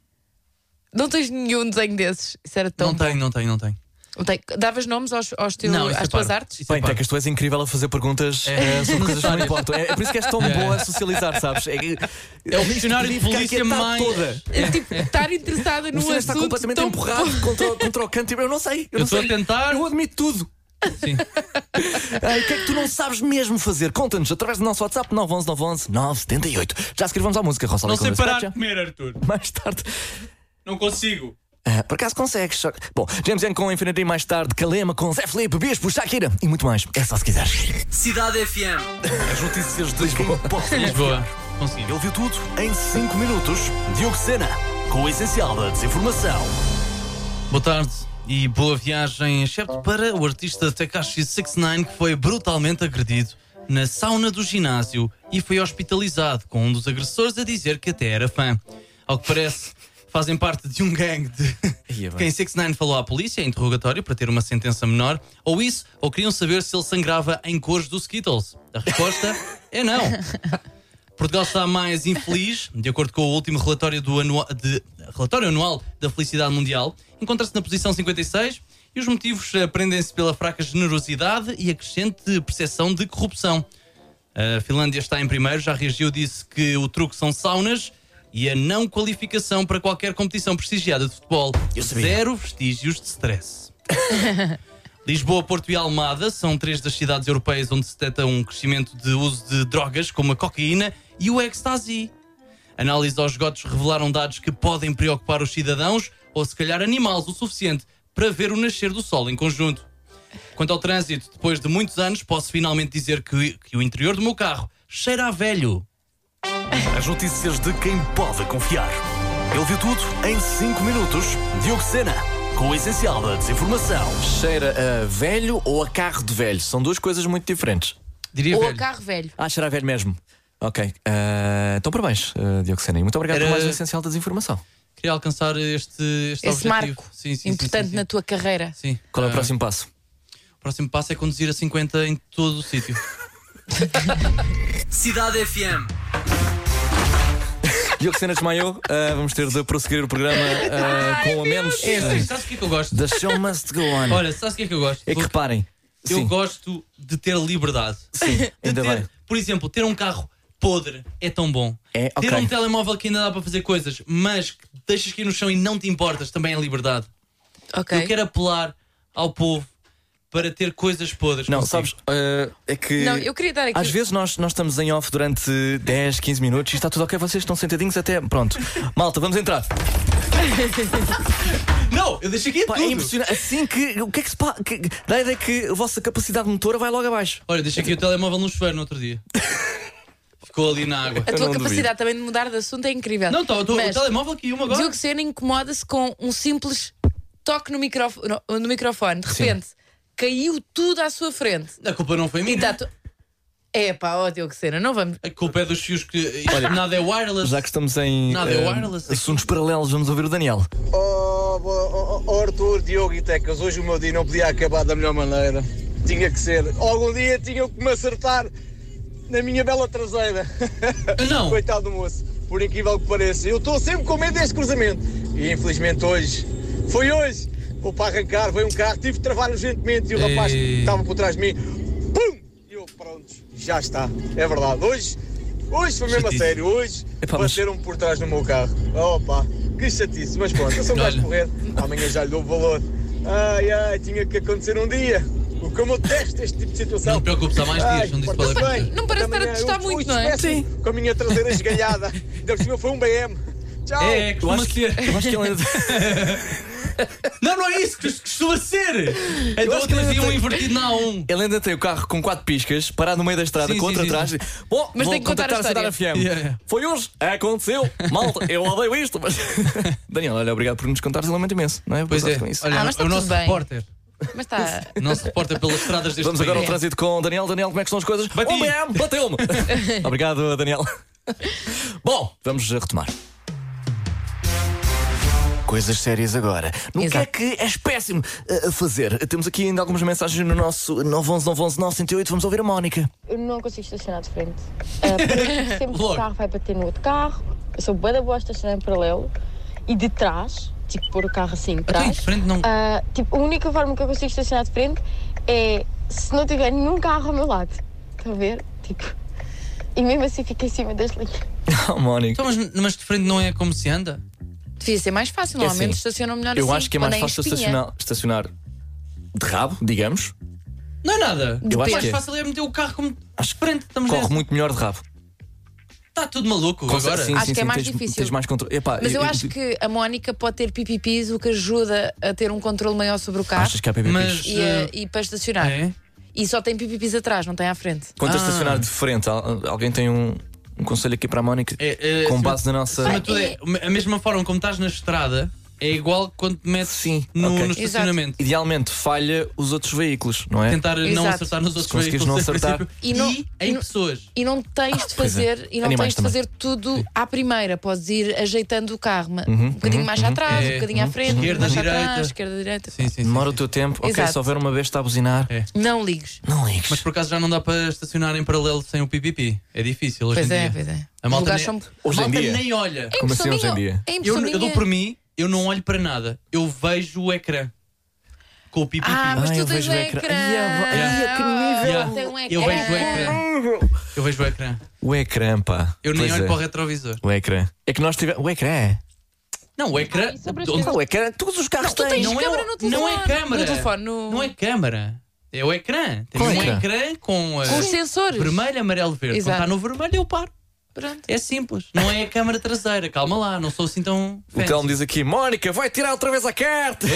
S3: Não tens nenhum desenho desses? Isso era tão.
S5: Não tenho, não tenho, não tenho.
S3: Não tem. Davas nomes aos, aos teu,
S5: Não, isso é
S3: às tuas
S5: parvo.
S3: artes?
S5: Isso é
S4: Bem,
S5: parvo.
S4: Tecas, tu és incrível a fazer perguntas
S5: É.
S4: eh, sobre coisas que não importam. É, é por isso que és tão
S5: É.
S4: boa a socializar, sabes? É, que-
S5: É o dicionário de
S4: Podia ficar aqui a
S5: polícia
S4: tarde
S5: mais-
S4: toda.
S3: É tipo, estar interessada
S4: O
S3: num
S4: senhor está
S3: assunto.
S4: completamente
S3: tão-
S4: empurrado contra, o- contra o canto. Eu não sei. Eu
S5: Eu
S4: não
S5: estou
S4: sei.
S5: a tentar.
S4: Eu admito tudo.
S5: Sim.
S4: Ai, o que é que tu não sabes mesmo fazer? Conta-nos através do nosso WhatsApp 911 911 978. Já escrevemos à música, Rosalba.
S5: Não sei
S4: Coimbra.
S5: parar
S4: Já.
S5: de comer, Arthur.
S4: Mais tarde.
S5: Não consigo.
S4: Ah, por acaso consegues. Só... que- Bom, James Young com Infinity mais tarde, Kalema com Zé Felipe, Bispo, Shakira e muito mais. É só se quiseres.
S1: Cidade FM.
S4: As notícias de Lisboa.
S5: Lisboa. Consegui.
S1: Ele viu tudo em 5 minutos. Diogo Sena, com o essencial da desinformação.
S5: Boa tarde e boa viagem, excepto para o artista Tekashi 69 que foi brutalmente agredido na sauna do ginásio e foi hospitalizado, com um dos agressores a dizer que até era fã. Ao que parece, fazem parte de um gangue de
S4: Ia bem.
S5: quem 69 falou à polícia em interrogatório para ter uma sentença menor, ou isso, ou queriam saber se ele sangrava em cores do Skittles. A resposta é não. Portugal está mais infeliz, de acordo com o último relatório, do anua- de- relatório anual da Felicidade Mundial. Encontra-se na posição 56 e os motivos eh, prendem-se pela fraca generosidade e a crescente percepção de corrupção. A Finlândia está em primeiro, já reagiu, disse que o truque são saunas e a não qualificação para qualquer competição prestigiada de futebol.
S4: Eu sabia.
S5: Zero vestígios de stress. Lisboa, Porto e Almada são três das cidades europeias onde se detecta um crescimento de uso de drogas como a cocaína e o ecstasy. Análises aos esgotos revelaram dados que podem preocupar os cidadãos ou, se calhar, animais o suficiente para ver o nascer do sol em conjunto. Quanto ao trânsito, depois de muitos anos, posso finalmente dizer que, que o interior do meu carro cheira a velho.
S1: As notícias de quem pode confiar. Ele viu tudo em 5 minutos. Diogo Sena, com o essencial da desinformação.
S4: Cheira a velho ou a carro de velho? São duas coisas muito diferentes.
S5: Diria
S3: Ou a
S5: velho.
S3: carro velho.
S4: Ah, cheira a velho mesmo. Ok. Ah, então, parabéns, ah, Diogo Sena. E muito obrigado
S5: Era-
S4: por mais um essencial da desinformação.
S5: Queria alcançar este, este
S3: Esse
S5: objetivo.
S3: marco
S5: Sim, sim, sim,
S3: importante
S5: sim, sim.
S3: na tua carreira.
S5: Sim.
S4: Qual é
S5: Ah,
S4: o próximo passo?
S5: O próximo passo é conduzir a 50 em todo o sítio.
S1: Cidade FM.
S4: Diogo Sena desmaiou. Ah, vamos ter de prosseguir o programa ah, com a menos.
S5: Sim, Sabes o que é que eu gosto?
S4: The show must go on.
S5: Olha, sabes o que é que eu gosto?
S4: é que reparem.
S5: Eu
S4: sim,
S5: gosto de ter liberdade.
S4: sim,
S5: De
S4: ainda
S5: ter-
S4: bem.
S5: Por exemplo, ter um carro podre é tão bom.
S4: É,
S5: Ter
S4: ok.
S5: um telemóvel que ainda dá para fazer coisas, mas que deixas cair no chão e não te importas também é liberdade.
S3: Ok.
S5: Eu quero apelar ao povo para ter coisas podres.
S4: Não,
S5: consigo.
S4: sabes, ah, é que.
S3: Não, eu queria dar aqui.
S4: Às vezes nós, nós estamos em off durante 10, 15 minutos e está tudo ok, vocês estão sentadinhos até. Pronto. Malta, vamos entrar.
S5: Não, eu deixo aqui
S4: Pá,
S5: tudo.
S4: é impressionante. Assim que. O que é que se passa? Dá a ideia é que a vossa capacidade motora vai logo abaixo.
S5: Olha, deixei aqui o telemóvel no chuveiro no outro dia. Ficou ali na água.
S3: a
S4: eu
S3: tua
S4: não duvido.
S3: capacidade também de mudar de assunto é incrível.
S5: Não, tá, eu tô- o
S3: Mas
S5: telemóvel aqui, uma agora.
S3: Diogo Sena incomoda-se com um simples toque no, microf- no- no microfone. De repente, caiu tudo à sua frente.
S5: A culpa não foi
S3: E
S5: minha.
S3: está tu... É pá, ó Diogo Sena, não vamos.
S5: A culpa é dos fios que. Olha, nada é wireless.
S4: Já que estamos em
S5: Nada, é
S4: eh,
S5: wireless.
S4: assuntos paralelos, vamos ouvir o Daniel.
S11: Oh, oh, oh, Arthur, Diogo e Tecas, hoje o meu dia não podia acabar da melhor maneira. Tinha que ser. Algum dia tinham que me acertar na minha bela traseira.
S5: Não.
S11: Coitado do moço, por incrível que pareça. Eu estou sempre com medo deste cruzamento. E infelizmente hoje, foi hoje, vou para arrancar, veio um carro, tive de travar urgentemente e o rapaz
S5: Ei.
S11: que estava por trás de mim, pum! E eu, pronto, já está. É verdade, hoje, hoje foi mesmo a
S5: Chatice.
S11: sério, hoje
S4: Epá, mas-
S11: bateram-me por trás do meu carro. Opa, que chatice, mas pronto, eu sou um gajo
S5: Olha.
S11: correr, amanhã já lhe dou valor. Ai, ai, tinha que acontecer um dia. O como eu detesto este tipo de situação.
S5: Não te preocupes, há mais
S11: Ai,
S5: dias, não disse qual é a
S11: porta-se bem.
S5: coisa.
S3: Não parece
S11: Amanhã um
S3: estar a testar
S11: eu-
S3: muito,
S11: eu
S3: não é?
S11: espécie Com a minha traseira esgalhada. Ainda por cima foi um BM. Tchau.
S5: É,
S4: Eu
S5: costuma
S4: acho que,
S5: ser.
S4: eu acho que é um- ele ainda-
S5: Não, não é isso que costuma ser.
S4: Eu
S5: Então
S4: acho que
S5: outro
S4: ele
S5: havia um
S4: tem-
S5: invertido na A1.
S4: ele ainda tem o carro com quatro piscas, parado no meio da estrada,
S5: Sim,
S4: contra
S5: sim, sim,
S4: atrás.
S5: sim.
S4: Bom,
S3: Mas
S4: vou
S3: tem que contar a
S4: contactar a
S3: história.
S4: Cidade FM.
S5: Yeah, yeah.
S4: Foi hoje, aconteceu. Malta, eu odeio isto. Mas... Daniel, olha, obrigado por nos contares, eu lamento imenso, não é?
S5: Pois é,
S4: Voltaste com isso.
S5: olha,
S3: Ah, mas está
S5: o
S3: tudo
S5: nosso
S3: bem.
S5: repórter.
S3: Mas tá. está.
S5: O nosso repórter pelas estradas deste
S4: Vamos agora ao
S5: país.
S4: trânsito com o Daniel. Daniel, como é que estão as coisas?
S5: Bati.
S4: Oh, bem, bateu-me! Obrigado, Daniel. Bom, vamos retomar. Coisas sérias agora. No que é
S3: Exato.
S4: que és péssimo eh, a- a fazer? Temos aqui ainda algumas mensagens no nosso 911 911 908. Vamos ouvir a Mónica.
S12: Eu não consigo estacionar de frente. Ah, porque sempre que
S5: Logo.
S12: o carro vai bater no outro carro. Eu sou bué da boa a estacionar em paralelo. E de trás, tipo, pôr o carro assim de
S5: Então, em
S12: trás.
S5: frente não-
S12: Ah, tipo, a única forma que eu consigo estacionar de frente é se não tiver nenhum carro ao meu lado. Estão a ver? Tipo. E mesmo assim fica em cima das linhas.
S4: Oh, Mónica.
S5: Então, mas, mas de frente não é como se anda?
S3: Devia ser mais fácil,
S4: É
S3: normalmente
S4: assim,
S3: estacionam melhor
S4: Eu
S3: assim,
S4: acho que é mais
S3: quando em
S4: fácil
S3: espinha.
S4: estacionar, estacionar de rabo, digamos.
S5: Não é nada.
S4: Eu acho
S5: o mais
S4: que é.
S5: fácil é meter o carro como
S4: Acho
S5: de frente. Estamos
S3: Uhum.
S4: Corre muito melhor de rabo.
S5: Está tudo maluco agora.
S4: Sim,
S3: Acho
S4: sim,
S3: que é
S4: sim,
S3: mais
S4: tens,
S3: difícil.
S4: Tens mais controle. Epá,
S3: Mas eu acho que a Mónica pode ter pipipis, o que ajuda a ter um controle maior sobre o carro
S4: Achas que há PPPs?
S5: Mas- eh,
S3: e, a- e para estacionar.
S5: É?
S3: E só tem pipipis atrás, não tem à frente.
S4: Quanto a
S5: Ah.
S4: estacionar de frente, al- alguém tem um, um conselho aqui para a Mónica?
S5: É, é,
S4: com
S5: acima-
S4: base na nossa.
S5: Acima de tudo, é, a mesma forma como estás na estrada é igual quando te metes
S4: Sim,
S5: no,
S4: ok.
S5: no
S4: Exato.
S5: estacionamento.
S4: Idealmente falha os outros veículos, não é?
S5: Tentar não
S3: Exato.
S5: acertar nos outros
S4: Se conseguires
S5: veículos
S4: não
S5: em
S4: acertar.
S5: princípio.
S3: E não-
S5: E em
S3: e não-
S5: pessoas.
S3: E não tens de
S4: pois é.
S3: fazer, e não
S4: Animais
S3: tens de
S4: também.
S3: fazer tudo à primeira. Podes ir ajeitando o carro, ma-
S4: Uhum,
S3: um bocadinho
S4: uhum,
S3: mais atrás,
S5: É,
S3: um bocadinho à frente,
S5: Esquerda,
S3: mais
S5: direita.
S3: atrás, esquerda, direita.
S5: Sim, sim, sim.
S4: Demora o teu tempo, ok.
S3: Exato.
S4: Se houver uma vez que está a buzinar,
S5: É.
S3: Não ligues.
S4: não ligues.
S5: Mas por acaso já não dá para estacionar em paralelo sem o PPP. É difícil hoje
S3: Pois
S5: em
S3: é,
S5: dia.
S3: pois é.
S5: A
S3: Os
S5: malta
S3: lugares
S5: nem,
S3: são. É,
S5: a
S4: Hoje em
S5: malta
S4: dia?
S5: nem olha.
S3: Em
S4: Como assim hoje em dia?
S3: Pessoinha- Em
S5: Eu, eu dou
S3: Pessoinha-
S5: por mim, eu não olho para nada. Eu vejo o ecrã com o PPP.
S3: Ah, mas
S4: Ah, eu
S3: tu tens
S4: vejo
S3: um
S4: o ecrã.
S3: ecrã.
S4: Ai, a- ai, a que
S5: Yeah.
S3: Tem um
S5: Eu vejo o
S3: ecrã.
S5: ecrã. Eu vejo o ecrã.
S4: O ecrã, pá.
S5: Eu nem
S4: Pois
S5: olho
S4: é.
S5: para o retrovisor.
S4: o ecrã. É que nós tivemos. O ecrã?
S5: Não, o
S3: Ah,
S5: ecrã.
S12: e sobre as
S5: onde-
S12: coisas-
S4: O ecrã, todos os carros
S3: Tu
S4: têm.
S3: é tens
S5: Não é
S3: câmara
S5: o-
S3: no telefone.
S5: não é câmara.
S3: No telefone, no-
S5: Não é câmara. É o ecrã. Tem
S4: Qual
S5: um
S4: ecrã?
S5: ecrã, com, eh,
S3: Com os sensores.
S5: vermelho, amarelo, verde.
S3: Exato.
S5: Quando está no vermelho, eu paro.
S3: Pronto.
S5: É simples. Não é a câmara traseira. Calma lá, não sou assim tão.
S4: O
S5: fancy.
S4: Telmo diz aqui: Mónica, vai tirar outra vez a carta! Não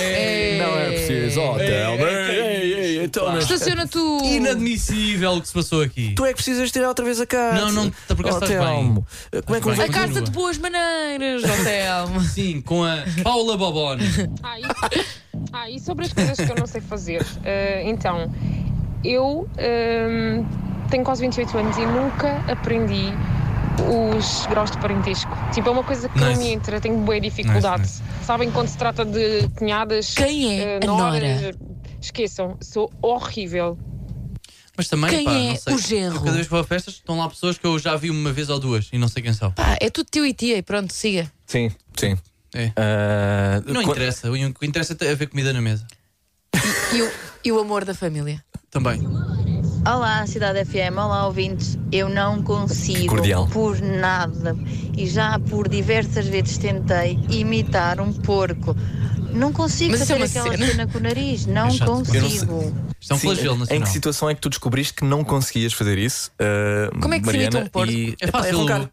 S4: é preciso. Oh, Telmo. ei, ei, ei, então, mas-
S3: Estaciona tu.
S5: Inadmissível o que se passou aqui.
S4: Tu é que precisas tirar outra vez a carta.
S5: Não, não, tá por acaso
S4: oh,
S5: estás
S4: Telmo. Como é que
S5: Estás
S4: vamos
S3: A
S5: bem.
S3: carta
S5: Continua.
S3: de boas maneiras, ó Telmo.
S5: Sim, com a Paula Bobone.
S13: Ah, e, ah, e sobre as coisas que eu não sei fazer. Ah, então, eu ahm, tenho quase 28 anos e nunca aprendi os graus de parentesco. Tipo, é uma coisa que não
S5: Nice.
S13: me entra, tenho boa dificuldade.
S5: Nice,
S13: Sabem quando se trata de cunhadas?
S3: Quem é
S13: ah,
S3: a
S13: noras?
S3: nora?
S13: Esqueçam, sou horrível.
S5: Mas também,
S3: Quem
S5: pá,
S3: é
S5: não sei.
S3: o genro?
S5: Eu cada vez que vou a festas, estão lá pessoas que eu já vi uma vez ou duas e não sei quem são.
S3: Pá, é tudo teu e tia. e Pronto, siga.
S4: Sim, sim.
S5: É.
S4: Ah,
S5: Não
S4: quan-
S5: interessa. O que interessa é haver comida na mesa.
S3: E o, e o amor da família.
S5: Também.
S14: Olá, Cidade FM, olá ouvintes. Eu não
S4: Que
S14: consigo,
S4: cordial.
S14: por nada, e já por diversas vezes tentei imitar um porco. Não consigo
S3: Mas isso é
S14: fazer
S3: uma
S14: aquela
S3: cena.
S14: cena com o nariz,
S3: um
S14: não
S5: É chato, pá. Eu não sei.
S14: consigo.
S5: Isto é um
S4: Sim,
S5: flagelo
S4: Em
S5: nacional.
S4: que situação é que tu descobriste que não conseguias fazer isso? ah,
S3: Como é que se
S4: Mariana,
S3: imita um porco?
S4: E...
S5: É
S4: Epá,
S5: fácil.
S4: roncar.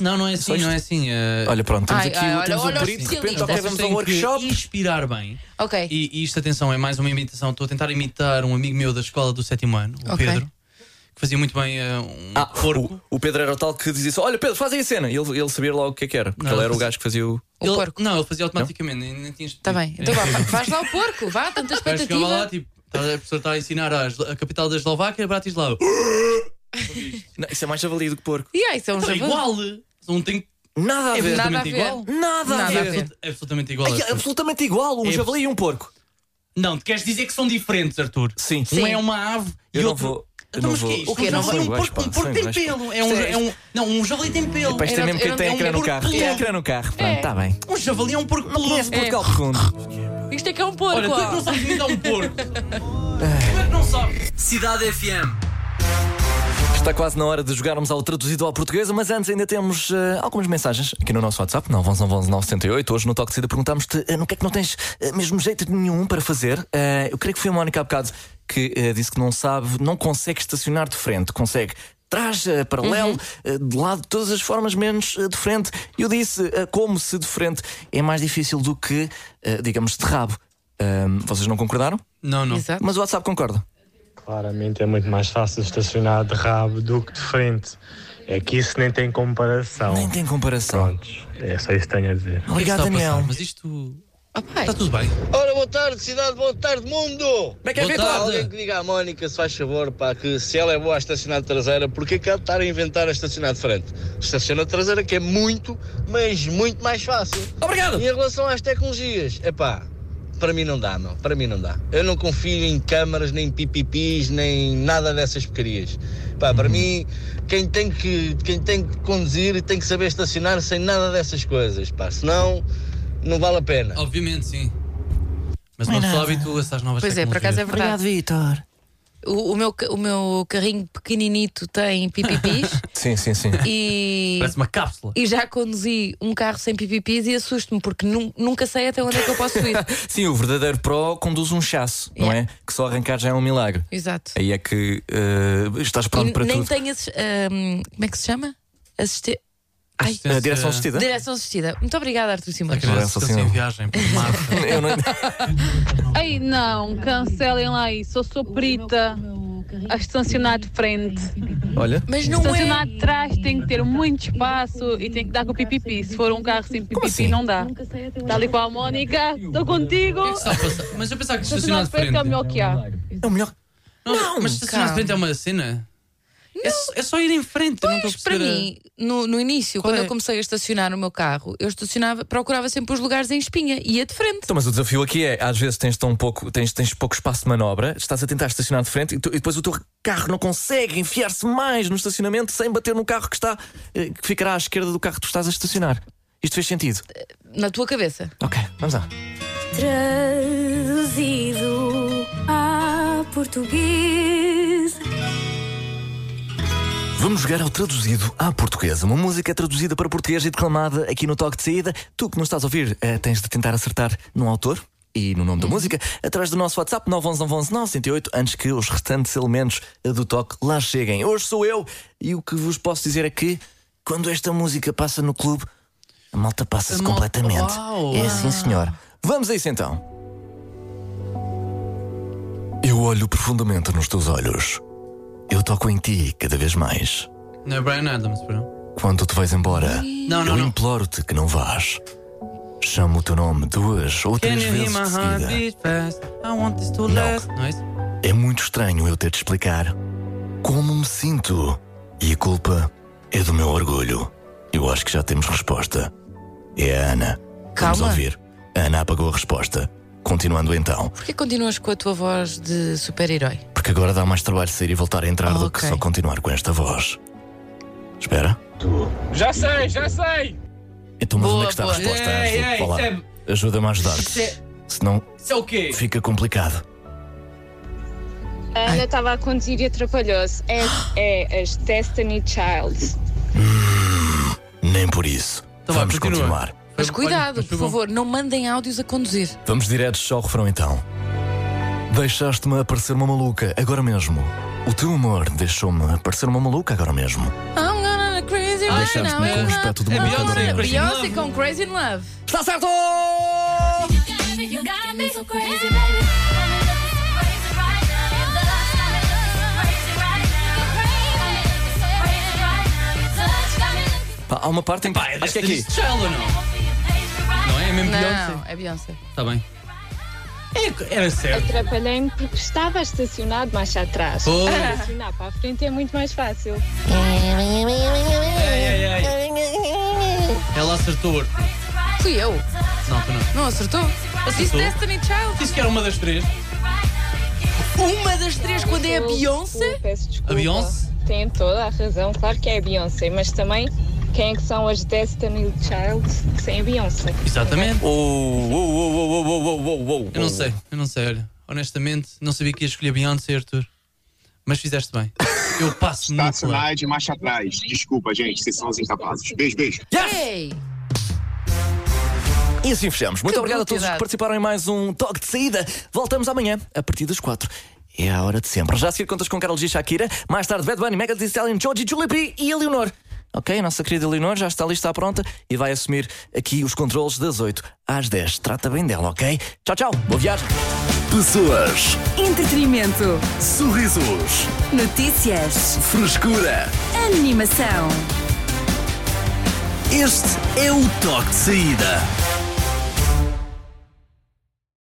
S5: Não, não é assim,
S4: Só isto.
S5: não é assim. eh,
S4: Olha, pronto, temos
S3: Ai,
S4: aqui
S3: ai,
S4: o
S3: olha,
S4: temos
S3: olha
S4: um
S3: o
S4: perito. De repente,
S3: especialista.
S4: ok,
S5: vocês
S4: vamos ao
S5: têm que
S4: workshop.
S5: Inspirar bem.
S3: Ok.
S5: E, e isto, atenção, é mais uma imitação. Estou a tentar imitar um amigo meu da escola do sétimo ano, o
S3: Ok.
S5: Pedro, que fazia muito bem eh, um
S4: Ah,
S5: porco.
S4: o, o Pedro era o tal que dizia só: Olha, Pedro, faz aí a cena. E ele, ele sabia logo o que é que era, porque
S5: Não,
S4: ele era o
S5: mas-
S4: gajo que fazia o.
S3: O
S5: Ele-
S3: porco.
S5: Não, ele fazia automaticamente. Nem, nem tinha
S3: Está bem. Então vá, faz lá o porco. Vá, tanta
S5: Mas chegava lá,
S3: expectativa.
S5: tipo, tá- a pessoa está a ensinar a, Eslo- a capital da Eslováquia, Bratislava.
S4: Não, isso é mais javali do que porco.
S3: E aí, são um
S5: Então é
S3: javali.
S5: igual. Não tem
S4: Nada a
S5: é
S4: ver.
S3: nada a
S5: absolutamente
S3: ver.
S5: igual.
S4: Nada,
S3: Nada
S5: É
S3: a
S4: a ver.
S3: ver.
S5: absolut- é absolutamente igual.
S4: Ai, é
S5: Arthur.
S4: absolutamente igual um
S5: É
S4: javali e um porco.
S5: Não, tu queres dizer que são diferentes, Arthur.
S4: Sim.
S5: Um é uma ave
S4: Eu
S5: e
S4: não
S5: outro.
S4: vou- eu
S5: Então,
S4: não
S5: mas
S4: vou-
S5: que é isto?
S4: O quê?
S5: Um
S4: Não
S5: javali,
S4: vou-
S5: um
S4: vais,
S5: porco,
S4: pá,
S5: um porco
S4: sim,
S5: tem
S4: vais,
S5: pelo.
S4: pá.
S5: É um,
S4: Isto
S5: ja-
S4: é-
S5: é um, não, um javali tem pelo.
S4: Pá, isto é
S3: Era-
S4: mesmo
S3: era
S4: quem tem
S3: um-
S4: ecrã no
S5: porco
S4: carro. Quem tem
S5: peludo.
S4: ecrã no carro? Pronto, está bem.
S5: Um javali é um porco
S4: Conhece
S5: peludo.
S4: Portugal Rondo.
S3: Isto é que é um porco.
S5: Olha, tu é
S3: ó.
S5: que não sabes imitar um porco. Como é que não sabes? Cidade FM.
S4: Está quase na hora de jogarmos ao traduzido ao português, mas antes ainda temos eh, algumas mensagens aqui no nosso WhatsApp, 911-978. Hoje no Toque de Cida perguntámos-te eh, no que é que não tens eh, mesmo jeito nenhum para fazer. Eh, eu creio que foi a Mónica há bocado que eh, disse que não sabe, não consegue estacionar de frente, consegue trás, eh, paralelo, eh, de lado, de todas as formas, menos eh, de frente. E eu disse eh, como se de frente é mais difícil do que, eh, digamos, de rabo. Ahm, vocês não concordaram?
S5: Não, não.
S4: Mas o WhatsApp concorda.
S15: Claramente é muito mais fácil estacionar de rabo do que de frente. É que isso nem tem comparação. Nem
S4: tem comparação.
S15: Prontos, é só isso que tenho a dizer.
S5: Obrigado, O que é que está a Daniel. passar? Mas isto.
S3: Oh,
S5: Está tudo bem.
S9: Ora, boa tarde, cidade, boa tarde, mundo! Como
S5: é que é, Boa Vitor? tarde.
S9: Alguém que diga à Mónica, se faz favor, pá, que se ela é boa a estacionar de traseira, porque é que há de estar a inventar a estacionar de frente? Estaciona de traseira que é muito, mas muito mais fácil.
S4: Obrigado!
S9: E em relação às tecnologias, é pá, para mim não dá, não, para mim não dá. Eu não confio em câmaras, nem pipipis, nem nada dessas porcarias. Pá,
S16: Uhum.
S9: para mim, quem tem, que, quem tem que conduzir tem que saber estacionar sem nada dessas coisas, pá, senão não vale a pena.
S5: Obviamente, sim. Mas não é se habitua a essas novas
S3: Pois é, por acaso é verdade.
S4: Vitor.
S3: O, o meu, ca- o meu carrinho pequeninito tem pipipis
S4: Sim, sim, sim.
S3: e.
S5: Parece uma cápsula.
S3: E já conduzi um carro sem pipipis e assusto-me porque nu- nunca sei até onde é que eu posso ir.
S4: Sim, o verdadeiro Pro conduz um chasso, não é? Que só arrancar já é um milagre.
S3: Exato.
S4: Aí é que eh, estás pronto
S3: E
S4: para
S3: nem
S4: tudo.
S3: tem esses. ahm, como é que se chama? Assiste... Ai.
S4: Assistência- Direção assistida?
S3: Direção assistida. Muito obrigada, Artur Simões.
S5: Parece é que eles em viagem para Marte. é
S17: Ei, não, cancelem lá isso. Eu sou perita a estacionar de frente.
S4: Olha.
S17: Mas
S3: não é-
S17: estacionar de trás tem que ter muito espaço e tem que dar com o pipipi. Se for um carro sem pipipi, não dá. Tal e qual, Mónica, estou contigo.
S5: Mas eu pensava que
S17: Estacionar de frente é
S5: então,
S17: o melhor que há.
S4: É o melhor.
S5: Não, mas estacionar de
S3: calma.
S5: frente é uma cena. É, só- é só ir em frente, eu não estou a
S3: Mas para
S5: perceber. a-
S3: mim, no, no início,
S5: Qual
S3: quando
S5: é?
S3: eu comecei a estacionar o meu carro, eu estacionava, procurava sempre os lugares em espinha, ia de frente.
S4: Então, mas o desafio aqui é, às vezes tens tão pouco, tens, tens pouco espaço de manobra, estás a tentar estacionar de frente e, tu- e depois o teu carro não consegue enfiar-se mais no estacionamento sem bater no carro que está eh, que ficará à esquerda do carro que tu estás a estacionar. Isto fez sentido?
S3: Na tua cabeça.
S4: Ok, vamos lá.
S2: Traduzido a português.
S4: Vamos jogar ao traduzido à portuguesa. Uma música traduzida para português e declamada aqui no toque de saída. Tu que não estás a ouvir, eh, tens de tentar acertar no autor e no nome da música através do nosso WhatsApp 911-911-908 antes que os restantes elementos eh, do toque lá cheguem. Hoje sou eu e o que vos posso dizer é que quando esta música passa no clube, a malta passa-se completamente. É assim, senhor. Vamos a isso então. Eu olho profundamente nos teus olhos. Eu toco em ti cada vez mais.
S5: Não é Brian Adams, perdão.
S4: Quando tu vais embora,
S5: Não, não,
S4: eu
S5: não.
S4: imploro-te que não vás. Chamo o teu nome duas ou
S5: Can
S4: três
S5: you hear
S4: vezes
S5: my
S4: de seguida.
S5: heartbeat fast? I want this to last. Não é isso?
S4: É muito estranho eu ter de explicar como me sinto. E a culpa é do meu orgulho. Eu acho que já temos resposta. É a Ana. Vamos
S3: Calma.
S4: ouvir. A Ana apagou a resposta. Continuando então,
S3: Porquê continuas com a tua voz de super-herói?
S4: porque agora dá mais trabalho sair e voltar a entrar do que só continuar com esta voz. Espera.
S16: Já sei, já sei!
S4: Então, mas
S16: Boa,
S4: onde é que está a
S16: boa.
S4: resposta?
S16: Ei,
S4: Ajuda-
S16: ei,
S4: vá lá.
S16: isso
S4: Ajuda-me a
S16: Isso
S4: ajudar-te.
S16: é-
S4: Senão
S5: é- Isso é o quê?
S4: fica complicado.
S10: A Ana estava a conduzir e atrapalhou-se. É, é as Destiny Childs.
S4: Nem por isso. Vamos continuar.
S3: Mas cuidado, por favor, não mandem áudios a conduzir.
S4: Vamos diretos ao refrão então. Deixaste-me aparecer uma maluca agora mesmo. O teu amor deixou-me aparecer uma maluca agora mesmo.
S3: I'm gonna crazy
S4: Ah,
S3: right
S4: deixaste-me
S3: now.
S4: com
S3: I'm
S4: respeito
S3: not-
S4: do mundo
S3: I'm
S4: agora
S3: gonna-
S4: mesmo.
S3: Beyoncé com Crazy in Love.
S4: Está certo! Pá, Há uma parte em que. Acho que é aqui.
S5: Child ou não? Não é? É mesmo Beyoncé?
S10: é Beyoncé.
S5: Está bem. É- era certo.
S10: Atrapalhei-me porque estava estacionado mais atrás.
S5: Oh.
S10: Estacionar para a frente é muito mais fácil.
S5: É. Ela acertou. Arthur.
S3: Fui eu.
S5: Não, tu não.
S3: Não acertou? Eu Disse
S5: Acertou.
S3: Destiny Child.
S5: Disse que era uma das três.
S3: Uma das três quando é a Beyoncé?
S10: Peço desculpa.
S5: A Beyoncé?
S10: Tem toda a razão, claro que é a Beyoncé, mas também quem é que são as Destiny Childs sem a Beyoncé?
S5: Exatamente.
S4: Oh, oh, oh, oh, oh, oh, oh, oh,
S5: Eu não sei, eu não sei, olha. Honestamente, não sabia que ia escolher Beyoncé, Arthur. Mas fizeste bem. Eu passo muito lá.
S8: Estacionais de marcha atrás. Desculpa, gente, vocês são os incapazes. Beijo, beijo.
S3: Yes!
S4: E assim fechamos. Muito
S3: Que
S4: obrigado a todos
S3: brutalidade.
S4: que participaram em mais um toque de saída. Voltamos amanhã, a partir das quatro. É a hora de sempre. Já a seguir contas com Carol G. Shakira, mais tarde Bad Bunny, Mega Thee Stallion, Georgie, Julie P e a Leonor. Ok, a nossa querida Leonor já está ali, está pronta e vai assumir aqui os controles das 8 às 10. Trata bem dela, ok? Tchau, tchau. Boa viagem.
S1: Pessoas,
S2: Entretenimento.
S1: sorrisos,
S2: Notícias.
S1: frescura.
S2: Animação.
S1: Este é o toque de saída.